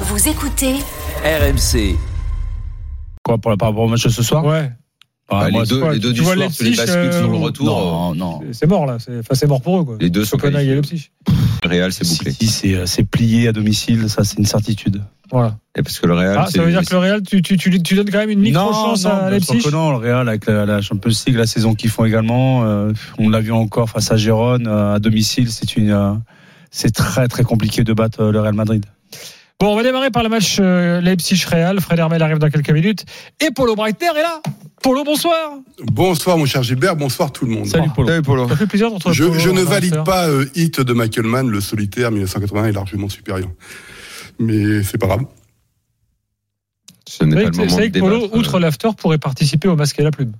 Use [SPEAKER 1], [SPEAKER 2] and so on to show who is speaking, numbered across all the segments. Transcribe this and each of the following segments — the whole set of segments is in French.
[SPEAKER 1] Vous écoutez
[SPEAKER 2] RMC.
[SPEAKER 3] Quoi, pour, par rapport au match de ce soir
[SPEAKER 4] Ouais.
[SPEAKER 3] Ah,
[SPEAKER 5] Bah,
[SPEAKER 3] moi,
[SPEAKER 5] les, deux,
[SPEAKER 4] quoi,
[SPEAKER 5] les deux
[SPEAKER 4] tu
[SPEAKER 5] du
[SPEAKER 4] vois
[SPEAKER 5] soir, tu les
[SPEAKER 4] Leipzig,
[SPEAKER 5] bascules sur le
[SPEAKER 4] euh,
[SPEAKER 5] retour.
[SPEAKER 3] Non, non.
[SPEAKER 4] C'est- C'est mort là, c'est enfin, c'est mort pour eux quoi.
[SPEAKER 5] Les deux sont
[SPEAKER 4] Copenhague
[SPEAKER 5] qualifiés.
[SPEAKER 4] et Leipzig.
[SPEAKER 5] Le Real, c'est bouclé.
[SPEAKER 3] City, c'est c'est plié à domicile, ça c'est une certitude.
[SPEAKER 4] Voilà.
[SPEAKER 5] Et Eh, parce que le Real,
[SPEAKER 4] Ah,
[SPEAKER 5] c'est-
[SPEAKER 4] ça veut dire que le Real, tu, tu, tu, tu donnes quand même une micro chance à
[SPEAKER 3] bien sûr
[SPEAKER 4] Leipzig.
[SPEAKER 3] que non, le Real avec la, la Champions League, la saison qu'ils font également, euh, on l'a vu encore face à Gérone euh, à domicile, c'est une euh, c'est très très compliqué de battre euh, le Real Madrid.
[SPEAKER 4] Bon, on va démarrer par le match euh, Leipzig-Real. Fred Hermel arrive dans quelques minutes et Polo Breitner est là. Polo, bonsoir.
[SPEAKER 6] Bonsoir mon cher Gilbert, bonsoir tout le monde.
[SPEAKER 3] Salut Polo.
[SPEAKER 5] Salut, Polo.
[SPEAKER 4] Ça fait plaisir d'entendre
[SPEAKER 6] Je,
[SPEAKER 4] Polo,
[SPEAKER 6] je ne
[SPEAKER 4] Breitner.
[SPEAKER 6] valide pas euh, Hit de Michael Mann, le solitaire 1981 est largement supérieur. Mais c'est pas grave.
[SPEAKER 5] Ce
[SPEAKER 4] Vous
[SPEAKER 5] n'est
[SPEAKER 4] savez
[SPEAKER 5] pas
[SPEAKER 4] que- vous
[SPEAKER 5] le moment de
[SPEAKER 4] savez que Polo,
[SPEAKER 5] débattre. Euh,
[SPEAKER 4] outre l'after, pourrait participer au masque et la plume.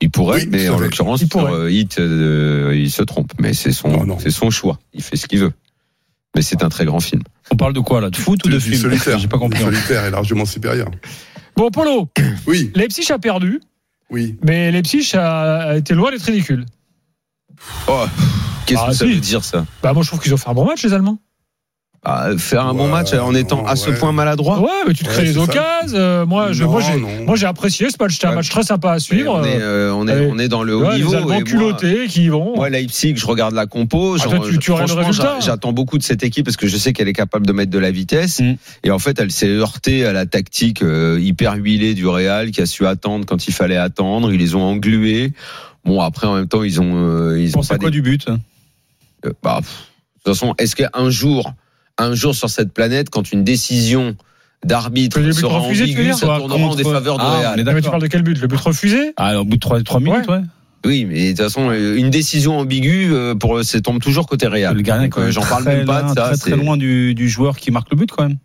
[SPEAKER 5] Il pourrait,
[SPEAKER 6] Oui,
[SPEAKER 5] mais
[SPEAKER 6] c'est
[SPEAKER 5] en
[SPEAKER 6] vrai.
[SPEAKER 5] l'occurrence,
[SPEAKER 4] Il
[SPEAKER 5] sur
[SPEAKER 4] pourrait.
[SPEAKER 5] euh, Hit, euh, il se trompe. Mais c'est
[SPEAKER 6] Non,
[SPEAKER 5] son,
[SPEAKER 6] non.
[SPEAKER 5] c'est son choix. Il fait ce qu'il veut. Mais c'est un très grand film.
[SPEAKER 3] On parle de quoi là De foot ou de
[SPEAKER 6] Du- du
[SPEAKER 3] film
[SPEAKER 6] solitaire.
[SPEAKER 3] J'ai pas
[SPEAKER 6] Le
[SPEAKER 3] compris. hein.
[SPEAKER 6] solitaire est largement supérieur.
[SPEAKER 4] Bon, Polo,
[SPEAKER 6] Oui,
[SPEAKER 4] Leipzig a perdu,
[SPEAKER 6] oui.
[SPEAKER 4] mais Leipzig a, a été loin d'être ridicule.
[SPEAKER 5] Qu'est-ce
[SPEAKER 4] Ah,
[SPEAKER 5] que ça
[SPEAKER 4] si.
[SPEAKER 5] veut dire, ça
[SPEAKER 4] Bah, moi, je trouve qu'ils ont fait un bon match, les Allemands.
[SPEAKER 5] Ah, Faire un bon
[SPEAKER 6] Ouais,
[SPEAKER 5] match en étant à ce
[SPEAKER 6] ouais.
[SPEAKER 5] point maladroit
[SPEAKER 4] Ouais, mais tu te
[SPEAKER 6] Ouais,
[SPEAKER 4] crées des
[SPEAKER 6] c'est ça.
[SPEAKER 4] occasions. euh, moi, je,
[SPEAKER 6] Non,
[SPEAKER 4] moi, j'ai,
[SPEAKER 6] non.
[SPEAKER 4] moi, j'ai apprécié ce match. C'était un
[SPEAKER 5] Ouais.
[SPEAKER 4] match très sympa à
[SPEAKER 5] Mais
[SPEAKER 4] suivre.
[SPEAKER 5] on, est, euh, on, est,
[SPEAKER 4] allez.
[SPEAKER 5] on est dans le haut
[SPEAKER 4] Ouais,
[SPEAKER 5] niveau.
[SPEAKER 4] les Allemands
[SPEAKER 5] et moi-
[SPEAKER 4] culottés qui y vont.
[SPEAKER 5] Moi, Leipzig, je regarde la compo.
[SPEAKER 4] Ah,
[SPEAKER 5] J'en-
[SPEAKER 4] toi, tu- tu regardes le
[SPEAKER 5] franchement,
[SPEAKER 4] résultat. hein.
[SPEAKER 5] j'a- j'attends beaucoup de cette équipe parce que je sais qu'elle est capable de mettre de la vitesse.
[SPEAKER 3] Mm.
[SPEAKER 5] Et en fait, elle s'est heurtée à la tactique euh, hyper huilée du Real qui a su attendre quand il fallait attendre. Ils les ont englués. Bon, après, en même temps, ils ont. euh,
[SPEAKER 3] Tu
[SPEAKER 5] ils ont
[SPEAKER 3] penses à
[SPEAKER 5] pas
[SPEAKER 3] quoi du
[SPEAKER 5] des-
[SPEAKER 3] but
[SPEAKER 5] euh, bah, pff, de toute façon, est-ce qu'un jour, un jour sur cette planète, quand une décision
[SPEAKER 4] Que les
[SPEAKER 5] d'arbitre
[SPEAKER 4] buts
[SPEAKER 5] sera
[SPEAKER 4] refusés, tu veux
[SPEAKER 5] ambiguë,
[SPEAKER 4] dire
[SPEAKER 5] ça tournera en défaveur du
[SPEAKER 3] Ah, on
[SPEAKER 5] Real
[SPEAKER 3] est
[SPEAKER 4] Non, mais tu
[SPEAKER 3] d'accord.
[SPEAKER 4] parles de quel but Le but refusé
[SPEAKER 3] Ah, au bout de 3, minutes, ouais.
[SPEAKER 5] Oui, mais de toute façon, euh, une décision ambiguë, euh, pour, ça tombe toujours côté Real.
[SPEAKER 3] Le gardien,
[SPEAKER 5] Donc,
[SPEAKER 3] quand
[SPEAKER 5] euh,
[SPEAKER 3] même,
[SPEAKER 5] J'en parle
[SPEAKER 3] très
[SPEAKER 5] même pas
[SPEAKER 3] loin,
[SPEAKER 5] de ça.
[SPEAKER 3] Très, très
[SPEAKER 5] c'est-
[SPEAKER 3] loin du, du joueur qui marque le but, quand même.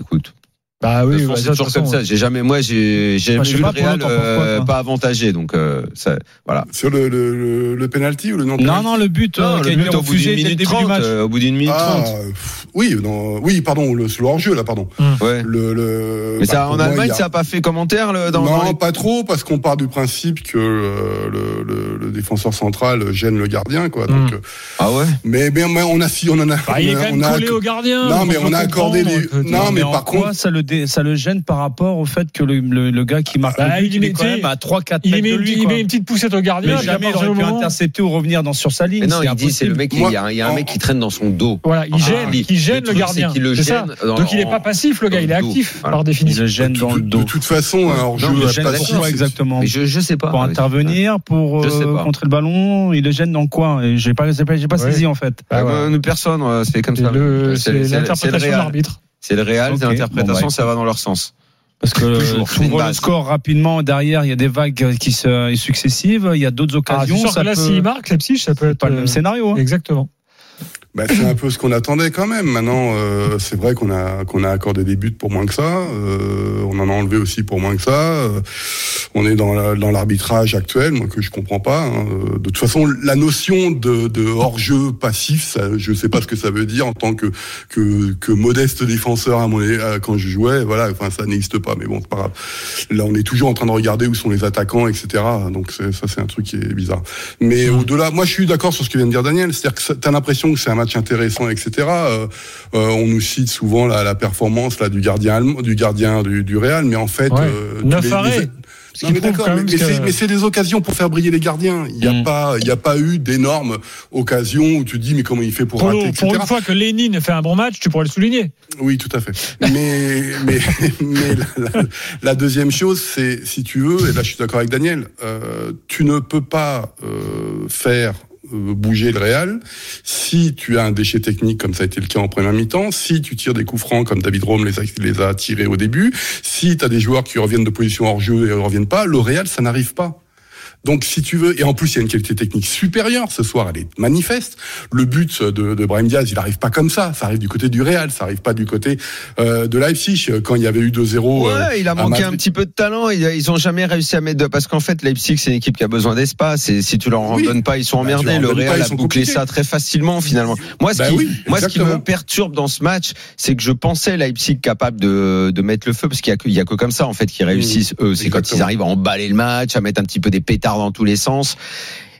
[SPEAKER 5] Écoute,
[SPEAKER 4] Bah
[SPEAKER 5] de
[SPEAKER 4] oui,
[SPEAKER 5] toute façon,
[SPEAKER 4] bah,
[SPEAKER 5] c'est
[SPEAKER 4] de toute
[SPEAKER 5] toujours
[SPEAKER 4] façon,
[SPEAKER 5] comme ça. J'ai jamais, moi, j'ai j'ai
[SPEAKER 3] Bah,
[SPEAKER 5] jamais
[SPEAKER 3] je sais
[SPEAKER 5] vu
[SPEAKER 3] pas,
[SPEAKER 5] le Real
[SPEAKER 3] Polo, t'en penses quoi,
[SPEAKER 5] euh,
[SPEAKER 3] toi
[SPEAKER 5] pas avantagé. Donc, euh, ça, voilà.
[SPEAKER 6] Sur le, le, le, le penalty ou le non
[SPEAKER 3] Non, non, le but, euh, qui a été
[SPEAKER 5] au bout
[SPEAKER 3] refusé
[SPEAKER 5] d'une
[SPEAKER 3] dès le
[SPEAKER 5] minute
[SPEAKER 3] début du
[SPEAKER 5] trente,
[SPEAKER 3] match.
[SPEAKER 5] euh, au bout d'une minute
[SPEAKER 6] Ah,
[SPEAKER 5] trente.
[SPEAKER 6] pff, oui, non, oui, pardon, le, sur le hors-jeu là, pardon.
[SPEAKER 5] Ouais.
[SPEAKER 6] Le, le,
[SPEAKER 5] Mais
[SPEAKER 6] bah,
[SPEAKER 5] ça,
[SPEAKER 6] pour
[SPEAKER 5] en
[SPEAKER 6] moi, il
[SPEAKER 5] Allemagne,
[SPEAKER 6] y a-
[SPEAKER 5] ça n'a pas fait commentaire le, dans,
[SPEAKER 6] non,
[SPEAKER 5] dans les-
[SPEAKER 6] pas trop, parce qu'on part du principe que euh, le, le, le défenseur central gêne le gardien, quoi. Donc,
[SPEAKER 4] Mm.
[SPEAKER 6] euh,
[SPEAKER 5] Ah ouais.
[SPEAKER 6] mais, mais, mais on a si, on en a.
[SPEAKER 4] Bah, il est
[SPEAKER 6] on a-
[SPEAKER 4] quand même
[SPEAKER 6] on a-
[SPEAKER 4] collé au gardien.
[SPEAKER 6] Non,
[SPEAKER 4] donc
[SPEAKER 6] mais on
[SPEAKER 4] peut
[SPEAKER 6] a accordé
[SPEAKER 4] comprendre
[SPEAKER 6] des-
[SPEAKER 4] que tu-
[SPEAKER 6] Non, mais
[SPEAKER 3] en
[SPEAKER 6] par
[SPEAKER 3] quoi
[SPEAKER 6] contre-
[SPEAKER 3] ça le, dé- ça le gêne par rapport au fait que le, le- le gars qui marque
[SPEAKER 4] Bah,
[SPEAKER 3] le but,
[SPEAKER 4] il
[SPEAKER 3] il
[SPEAKER 4] met-
[SPEAKER 3] est quand même à 3-4
[SPEAKER 4] Il,
[SPEAKER 3] mètres
[SPEAKER 4] met,
[SPEAKER 3] de
[SPEAKER 4] une-
[SPEAKER 3] lui.
[SPEAKER 4] il
[SPEAKER 3] quoi.
[SPEAKER 4] met une petite poussette au gardien.
[SPEAKER 3] Mais
[SPEAKER 4] puis à
[SPEAKER 3] jamais il
[SPEAKER 4] partir
[SPEAKER 3] aurait
[SPEAKER 4] du
[SPEAKER 3] pu
[SPEAKER 4] moment-
[SPEAKER 3] intercepter ou revenir dans, sur sa ligne.
[SPEAKER 5] Mais non, il dit, c'est le
[SPEAKER 3] impossible.
[SPEAKER 5] mec, qui-
[SPEAKER 6] Moi-
[SPEAKER 5] il y a, un- il y a un
[SPEAKER 6] en-
[SPEAKER 5] mec qui traîne dans son dos.
[SPEAKER 4] Voilà, il
[SPEAKER 5] Ah,
[SPEAKER 4] gêne,
[SPEAKER 5] oui.
[SPEAKER 4] il gêne
[SPEAKER 5] Le
[SPEAKER 4] le
[SPEAKER 5] truc,
[SPEAKER 4] gardien.
[SPEAKER 5] c'est qu'il le
[SPEAKER 4] c'est ça.
[SPEAKER 5] gêne dans-
[SPEAKER 4] Donc il n'est pas
[SPEAKER 5] en-
[SPEAKER 4] passif, le gars,
[SPEAKER 5] dans
[SPEAKER 4] il est
[SPEAKER 5] le dos.
[SPEAKER 4] actif
[SPEAKER 5] Voilà.
[SPEAKER 4] par
[SPEAKER 3] Il
[SPEAKER 4] définition.
[SPEAKER 3] le gêne dans
[SPEAKER 6] de,
[SPEAKER 3] le
[SPEAKER 6] de-
[SPEAKER 3] dos.
[SPEAKER 6] de toute façon, un
[SPEAKER 3] Non, il
[SPEAKER 6] hors-jeu
[SPEAKER 3] le
[SPEAKER 6] à
[SPEAKER 3] gêne
[SPEAKER 6] pas
[SPEAKER 3] dans quoi exactement
[SPEAKER 5] Mais je, je sais pas.
[SPEAKER 3] Pour
[SPEAKER 5] Ouais.
[SPEAKER 3] intervenir, pour
[SPEAKER 5] Je sais
[SPEAKER 3] euh,
[SPEAKER 5] pas.
[SPEAKER 3] contrer le ballon, il le gêne dans quoi Et J'ai pas, j'ai pas, j'ai pas
[SPEAKER 4] Ouais.
[SPEAKER 3] saisi en fait.
[SPEAKER 4] Bah,
[SPEAKER 5] Ah,
[SPEAKER 4] voilà.
[SPEAKER 5] ouais, nous, Personne, euh, c'est comme
[SPEAKER 4] C'est
[SPEAKER 5] ça.
[SPEAKER 4] le- C'est
[SPEAKER 5] C'est- c'est- c'est le
[SPEAKER 4] l'interprétation de
[SPEAKER 5] Real.
[SPEAKER 4] l'arbitre.
[SPEAKER 5] C'est le Real,
[SPEAKER 3] Ok.
[SPEAKER 5] c'est
[SPEAKER 3] Bon, bah,
[SPEAKER 5] l'interprétation,
[SPEAKER 3] écoute.
[SPEAKER 5] ça va dans leur sens.
[SPEAKER 3] Parce que euh,
[SPEAKER 5] Toujours,
[SPEAKER 3] tu
[SPEAKER 5] c'est une
[SPEAKER 3] ouvres le
[SPEAKER 5] base.
[SPEAKER 3] score rapidement derrière, il y a des vagues qui se, successives, il y a d'autres
[SPEAKER 4] Ah, c'est
[SPEAKER 3] occasions.
[SPEAKER 4] sûr que
[SPEAKER 3] ça
[SPEAKER 4] là,
[SPEAKER 3] peut-
[SPEAKER 4] s'il marque, les psyches, ça peut être.
[SPEAKER 3] pas le
[SPEAKER 4] euh,
[SPEAKER 3] même scénario. hein.
[SPEAKER 4] Exactement.
[SPEAKER 6] Bah, c'est un peu ce qu'on attendait quand même. Maintenant, euh, c'est vrai qu'on a qu'on a accordé des buts pour moins que ça. euh, on en a enlevé aussi pour moins que ça. euh, on est dans la- dans l'arbitrage actuel, moi que je comprends pas. hein. Euh, De toute façon, la notion de, de hors jeu passif, ça, je sais pas ce que ça veut dire en tant que que, que modeste défenseur à mon à- quand je jouais. Voilà, enfin ça n'existe pas. Mais bon, c'est pas grave. Là, on est toujours en train de regarder où sont les attaquants, etc. Donc c'est- ça, c'est un truc qui est bizarre. Mais au-delà, moi je suis d'accord sur ce que vient de dire Daniel, c'est-à-dire que ça- t'as l'impression que c'est un match intéressant, etc. Euh, euh, on nous cite souvent la, la performance là du gardien allemand, du gardien du, du Real, mais en fait,
[SPEAKER 4] Ouais.
[SPEAKER 6] euh,
[SPEAKER 4] Neuf
[SPEAKER 6] les- les-
[SPEAKER 4] arrêts. Ce
[SPEAKER 6] Non,
[SPEAKER 4] qui
[SPEAKER 6] mais
[SPEAKER 4] prouve
[SPEAKER 6] d'accord,
[SPEAKER 4] quand
[SPEAKER 6] mais,
[SPEAKER 4] même
[SPEAKER 6] mais
[SPEAKER 4] que-
[SPEAKER 6] c'est- mais c'est des occasions pour faire briller les gardiens. Il n'y a
[SPEAKER 3] Mm.
[SPEAKER 6] pas, il y a pas eu d'énormes occasions où tu te dis mais comment il fait pour
[SPEAKER 4] Pour,
[SPEAKER 6] rater, etc.
[SPEAKER 4] pour une fois que Lénine fait un bon match, tu pourrais le souligner.
[SPEAKER 6] Oui, tout à fait. Mais, mais, mais la, la- la deuxième chose, c'est, si tu veux, et là je suis d'accord avec Daniel, euh, tu ne peux pas euh, faire euh, bouger le Real si tu as un déchet technique comme ça a été le cas en première mi-temps, si tu tires des coups francs comme David Rome les a, les a tirés au début, si tu as des joueurs qui reviennent de position hors jeu et ne reviennent pas, le Real, ça n'arrive pas. Donc, si tu veux, et en plus, il y a une qualité technique supérieure ce soir, elle est manifeste. Le but de, de Brahim Diaz, il n'arrive pas comme ça. Ça arrive du côté du Real, ça arrive pas du côté euh, de Leipzig quand il y avait eu 2-0.
[SPEAKER 5] Ouais,
[SPEAKER 6] euh,
[SPEAKER 5] il a
[SPEAKER 6] à
[SPEAKER 5] manqué un
[SPEAKER 6] Madrid.
[SPEAKER 5] petit peu de talent. Ils, ils ont jamais réussi à mettre de... parce qu'en fait, Leipzig c'est une équipe qui a besoin d'espace et si tu leur en
[SPEAKER 6] Oui.
[SPEAKER 5] donnes pas, ils sont
[SPEAKER 6] Bah, tu leur
[SPEAKER 5] emmerdés.
[SPEAKER 6] en
[SPEAKER 5] le
[SPEAKER 6] donnes pas,
[SPEAKER 5] Real
[SPEAKER 6] ils
[SPEAKER 5] a
[SPEAKER 6] sont
[SPEAKER 5] bouclé
[SPEAKER 6] compliqués.
[SPEAKER 5] ça très facilement finalement. Moi, ce
[SPEAKER 6] Bah
[SPEAKER 5] qui,
[SPEAKER 6] oui,
[SPEAKER 5] moi, ce qui me
[SPEAKER 6] exactement.
[SPEAKER 5] perturbe dans ce match, c'est que je pensais Leipzig capable de, de mettre le feu parce qu'il y a que, il y a que comme ça en fait qu'ils réussissent eux. C'est quand
[SPEAKER 6] Mmh. exactement.
[SPEAKER 5] ils arrivent à emballer le match, à mettre un petit peu des pétards dans tous les sens.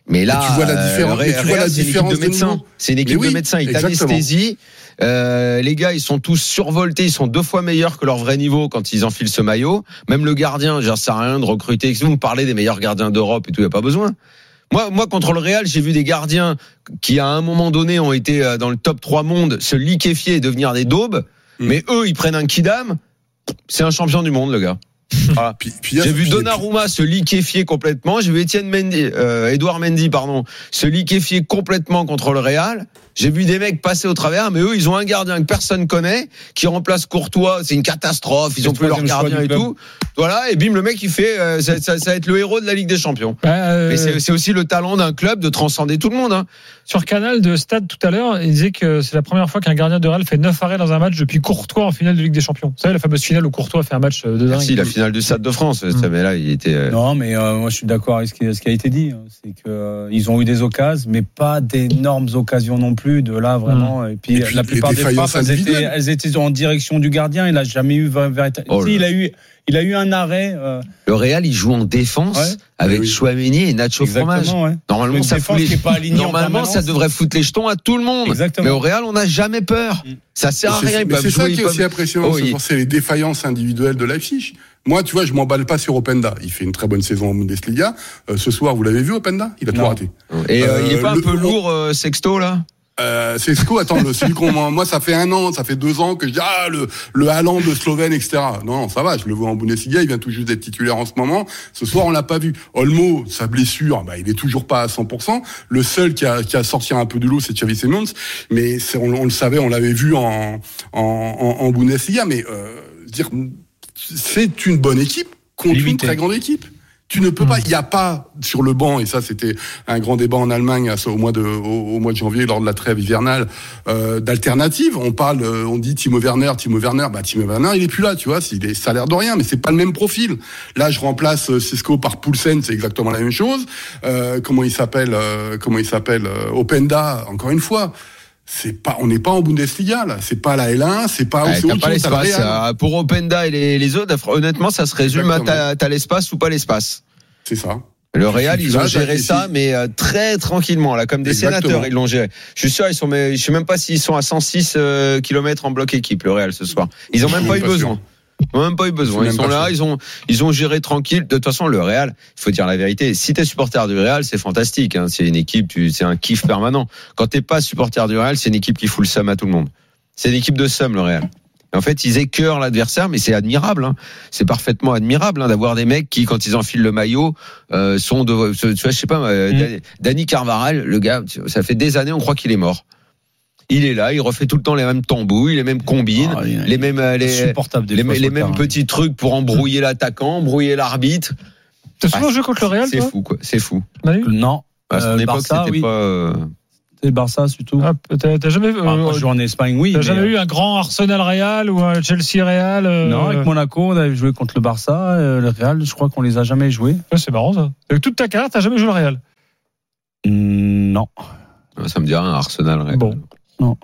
[SPEAKER 5] Mais là,
[SPEAKER 6] tu vois la
[SPEAKER 5] euh,
[SPEAKER 6] différence-
[SPEAKER 5] le Real-
[SPEAKER 6] mais tu vois
[SPEAKER 5] Real,
[SPEAKER 6] la
[SPEAKER 5] c'est une équipe
[SPEAKER 6] différence
[SPEAKER 5] de
[SPEAKER 6] de
[SPEAKER 5] médecins.
[SPEAKER 6] niveau.
[SPEAKER 5] C'est une équipe
[SPEAKER 6] Mais oui,
[SPEAKER 5] de médecins. Ils
[SPEAKER 6] exactement.
[SPEAKER 5] t'anesthésient. Euh, les gars, ils sont tous survoltés, ils sont deux fois meilleurs que leur vrai niveau quand ils enfilent ce maillot. Même le gardien, j'en sais rien de recruter. Si vous me parlez des meilleurs gardiens d'Europe et tout, il n'y a pas besoin. Moi, moi, contre le Real, j'ai vu des gardiens qui, à un moment donné, ont été euh, dans le top 3 monde, se liquéfier et devenir des daubes.
[SPEAKER 6] Mm.
[SPEAKER 5] Mais eux, ils prennent un kidam. C'est un champion du monde, le gars. Voilà.
[SPEAKER 6] Puis- puis il y a-
[SPEAKER 5] ah. J'ai vu
[SPEAKER 6] puis-
[SPEAKER 5] Donnarumma se liquéfier complètement. J'ai vu Étienne Mendy, euh, Edouard Mendy, pardon, se liquéfier complètement contre le Real. J'ai vu des mecs passer au travers, mais eux, ils ont un gardien que personne connaît, qui remplace Courtois. C'est une catastrophe. Ils
[SPEAKER 3] Le
[SPEAKER 5] ont plus leur
[SPEAKER 3] troisième choix
[SPEAKER 5] gardien
[SPEAKER 3] du
[SPEAKER 5] et
[SPEAKER 3] club.
[SPEAKER 5] tout. Voilà. Et bim, le mec, il fait, euh, ça, ça- ça va être le héros de la Ligue des Champions.
[SPEAKER 4] Bah, euh,
[SPEAKER 5] Mais c'est c'est aussi le talent d'un club de transcender tout le monde. Hein.
[SPEAKER 4] Sur Canal de Stade tout à l'heure, il disait que c'est la première fois qu'un gardien de Real fait 9 arrêts dans un match depuis Courtois en finale de Ligue des Champions. Vous savez, la fameuse finale où Courtois fait un match euh, de dingue.
[SPEAKER 5] Merci, la finale du Stade de France.
[SPEAKER 4] Mm.
[SPEAKER 5] Mais là, il était. euh,
[SPEAKER 3] Non, mais euh, moi je suis d'accord avec ce qui, ce qui a été dit. hein. C'est que euh, ils ont eu des occasions, mais pas d'énormes occasions non plus. De là vraiment.
[SPEAKER 5] Mm.
[SPEAKER 3] Et, puis, euh,
[SPEAKER 6] Et puis,
[SPEAKER 3] la
[SPEAKER 6] et
[SPEAKER 3] plupart
[SPEAKER 6] des
[SPEAKER 3] des
[SPEAKER 6] faillances
[SPEAKER 3] frappes, elles étaient,
[SPEAKER 6] individuelles.
[SPEAKER 3] elles étaient en direction du gardien. Il n'a jamais eu vra- véritable-
[SPEAKER 5] Oh là
[SPEAKER 3] Si, il
[SPEAKER 5] là.
[SPEAKER 3] a eu, il a eu un arrêt. euh,
[SPEAKER 5] Le Real, il joue en défense
[SPEAKER 3] Ouais.
[SPEAKER 5] avec
[SPEAKER 6] Oui.
[SPEAKER 5] Chouameni et Nacho Fromage.
[SPEAKER 3] exactement. ouais.
[SPEAKER 5] Normalement,
[SPEAKER 3] Une
[SPEAKER 5] ça fout
[SPEAKER 3] défense
[SPEAKER 5] les-
[SPEAKER 3] qui est pas alignée en
[SPEAKER 5] Normalement,
[SPEAKER 3] permanence.
[SPEAKER 5] ça devrait foutre les jetons à tout le monde.
[SPEAKER 3] Exactement.
[SPEAKER 5] Mais au Real, on n'a jamais peur.
[SPEAKER 3] Mm.
[SPEAKER 5] Ça sert à rien.
[SPEAKER 6] Mais c'est-
[SPEAKER 5] Ils
[SPEAKER 6] mais
[SPEAKER 5] peuvent
[SPEAKER 6] C'est ça
[SPEAKER 5] jouer,
[SPEAKER 6] qui
[SPEAKER 5] ils
[SPEAKER 6] est
[SPEAKER 5] peuvent-
[SPEAKER 6] aussi impressionnant,
[SPEAKER 5] Oh,
[SPEAKER 6] c'est
[SPEAKER 5] il-
[SPEAKER 6] pour- c'est les défaillances individuelles de Leipzig. Moi, tu vois, je m'emballe pas sur Openda. Il fait une très bonne saison en Bundesliga. Euh, ce soir, vous l'avez vu, Openda Il a tout
[SPEAKER 3] Non.
[SPEAKER 6] raté.
[SPEAKER 5] Et euh,
[SPEAKER 6] Euh,
[SPEAKER 5] il est pas un
[SPEAKER 6] le-
[SPEAKER 5] peu
[SPEAKER 6] le-
[SPEAKER 5] lourd, euh, Sexto, là
[SPEAKER 6] Euh, c'est ce qu'on attend, le- celui qu'on, moi, ça fait un an, ça fait deux ans que je dis, ah, le, le Haaland de Slovène, etc. Non, non, ça va, je le vois en Bundesliga, il vient tout juste d'être titulaire en ce moment. Ce soir, on l'a pas vu. Olmo, sa blessure, bah, il est toujours pas à 100%. Le seul qui a, qui a sorti un peu de l'eau, c'est Xavi Simons. Mais c'est- on, on le savait, on l'avait vu en, en, en, en Bundesliga, mais, euh, dire, c'est une bonne équipe contre une
[SPEAKER 3] Limité.
[SPEAKER 6] très grande équipe. Tu ne peux
[SPEAKER 5] Hmm.
[SPEAKER 6] pas, il n'y a pas sur le banc, et ça c'était un grand débat en Allemagne à ce- au mois de, au, au mois de janvier lors de la trêve hivernale, euh, d'alternatives. On parle, euh, on dit Timo Werner, Timo Werner, bah Timo Werner il est plus là, tu vois, il est, ça a l'air de rien, mais c'est pas le même profil. Là je remplace euh, Cisco par Poulsen, c'est exactement la même chose. Euh, comment il s'appelle, euh, comment il s'appelle, euh, Openda, encore une fois. C'est pas, on n'est pas en Bundesliga là, c'est pas la L1, c'est pas,
[SPEAKER 5] Ouais,
[SPEAKER 6] Ah, c'est
[SPEAKER 5] T'as
[SPEAKER 6] autre
[SPEAKER 5] pas
[SPEAKER 6] chose, t'as la
[SPEAKER 5] l'espace.
[SPEAKER 6] Real.
[SPEAKER 5] euh, Pour Openda et les, les autres, honnêtement, ça se résume à
[SPEAKER 6] Exactement.
[SPEAKER 5] t'as t'as l'espace ou pas l'espace.
[SPEAKER 6] c'est ça.
[SPEAKER 5] Le Real,
[SPEAKER 6] tu
[SPEAKER 5] ils ont
[SPEAKER 6] vas,
[SPEAKER 5] géré
[SPEAKER 6] t'as-
[SPEAKER 5] ça, mais euh, très tranquillement, là, comme des
[SPEAKER 6] hein, Exactement.
[SPEAKER 5] sénateurs, ils l'ont géré. Je suis sûr, ils sont, mais je sais même pas s'ils sont à 106 km en bloc équipe, le Real, ce soir. Ils ont
[SPEAKER 6] Je
[SPEAKER 5] même
[SPEAKER 6] suis
[SPEAKER 5] pas eu
[SPEAKER 6] même pas
[SPEAKER 5] besoin. Ils ont même pas eu besoin.
[SPEAKER 6] Je
[SPEAKER 5] Ils
[SPEAKER 6] suis
[SPEAKER 5] sont
[SPEAKER 6] même pas
[SPEAKER 5] là,
[SPEAKER 6] sûr.
[SPEAKER 5] ils ont, ils ont géré tranquille. De toute façon, le Real, il faut dire la vérité. Si t'es supporter du Real, c'est fantastique. hein. C'est une équipe, tu- c'est un kiff permanent. Quand t'es pas supporter du Real, c'est une équipe qui fout le seum à tout le monde. C'est une équipe de seum, le Real. Et En fait, ils écœurent l'adversaire, mais c'est admirable. hein. C'est parfaitement admirable hein, d'avoir des mecs qui, quand ils enfilent le maillot, euh, sont de. Tu vois, je sais pas, euh,
[SPEAKER 4] Mm.
[SPEAKER 5] Dan- Danny Carvaral, le gars, tu- ça fait des années, on croit qu'il est mort. Il est là, il refait tout le temps les mêmes tambouilles, les mêmes combines,
[SPEAKER 3] Ah, il-
[SPEAKER 5] les mêmes euh, les,
[SPEAKER 3] Insupportable des hein.
[SPEAKER 5] les,
[SPEAKER 3] fois,
[SPEAKER 5] les
[SPEAKER 3] sur le
[SPEAKER 5] mêmes
[SPEAKER 3] terrain.
[SPEAKER 5] petits trucs pour embrouiller l'attaquant, embrouiller l'arbitre.
[SPEAKER 4] T'as souvent
[SPEAKER 5] Ah,
[SPEAKER 4] joué contre le Real,
[SPEAKER 5] C'est
[SPEAKER 4] toi,
[SPEAKER 5] fou, quoi. C'est fou.
[SPEAKER 4] Manu
[SPEAKER 3] Non,
[SPEAKER 5] À son
[SPEAKER 3] Euh,
[SPEAKER 5] époque,
[SPEAKER 3] Barça,
[SPEAKER 5] c'était
[SPEAKER 3] oui.
[SPEAKER 5] pas. euh,
[SPEAKER 3] c'est Barça surtout.
[SPEAKER 4] Ah, T'as t'as jamais, euh,
[SPEAKER 3] Enfin, moi, je joue en Espagne, oui.
[SPEAKER 4] t'as
[SPEAKER 3] mais,
[SPEAKER 4] jamais
[SPEAKER 3] euh,
[SPEAKER 4] eu un grand Arsenal Real ou un Chelsea Real euh,
[SPEAKER 3] Non, avec Monaco, on avait joué contre le Barça, euh, le Real. Je crois qu'on les a jamais joués.
[SPEAKER 4] ouais, C'est marrant ça. Avec toute ta carrière, t'as jamais joué le Real.
[SPEAKER 3] Hmm, Non.
[SPEAKER 5] Ça me dirait un Arsenal. ouais.
[SPEAKER 4] Bon.
[SPEAKER 3] Non.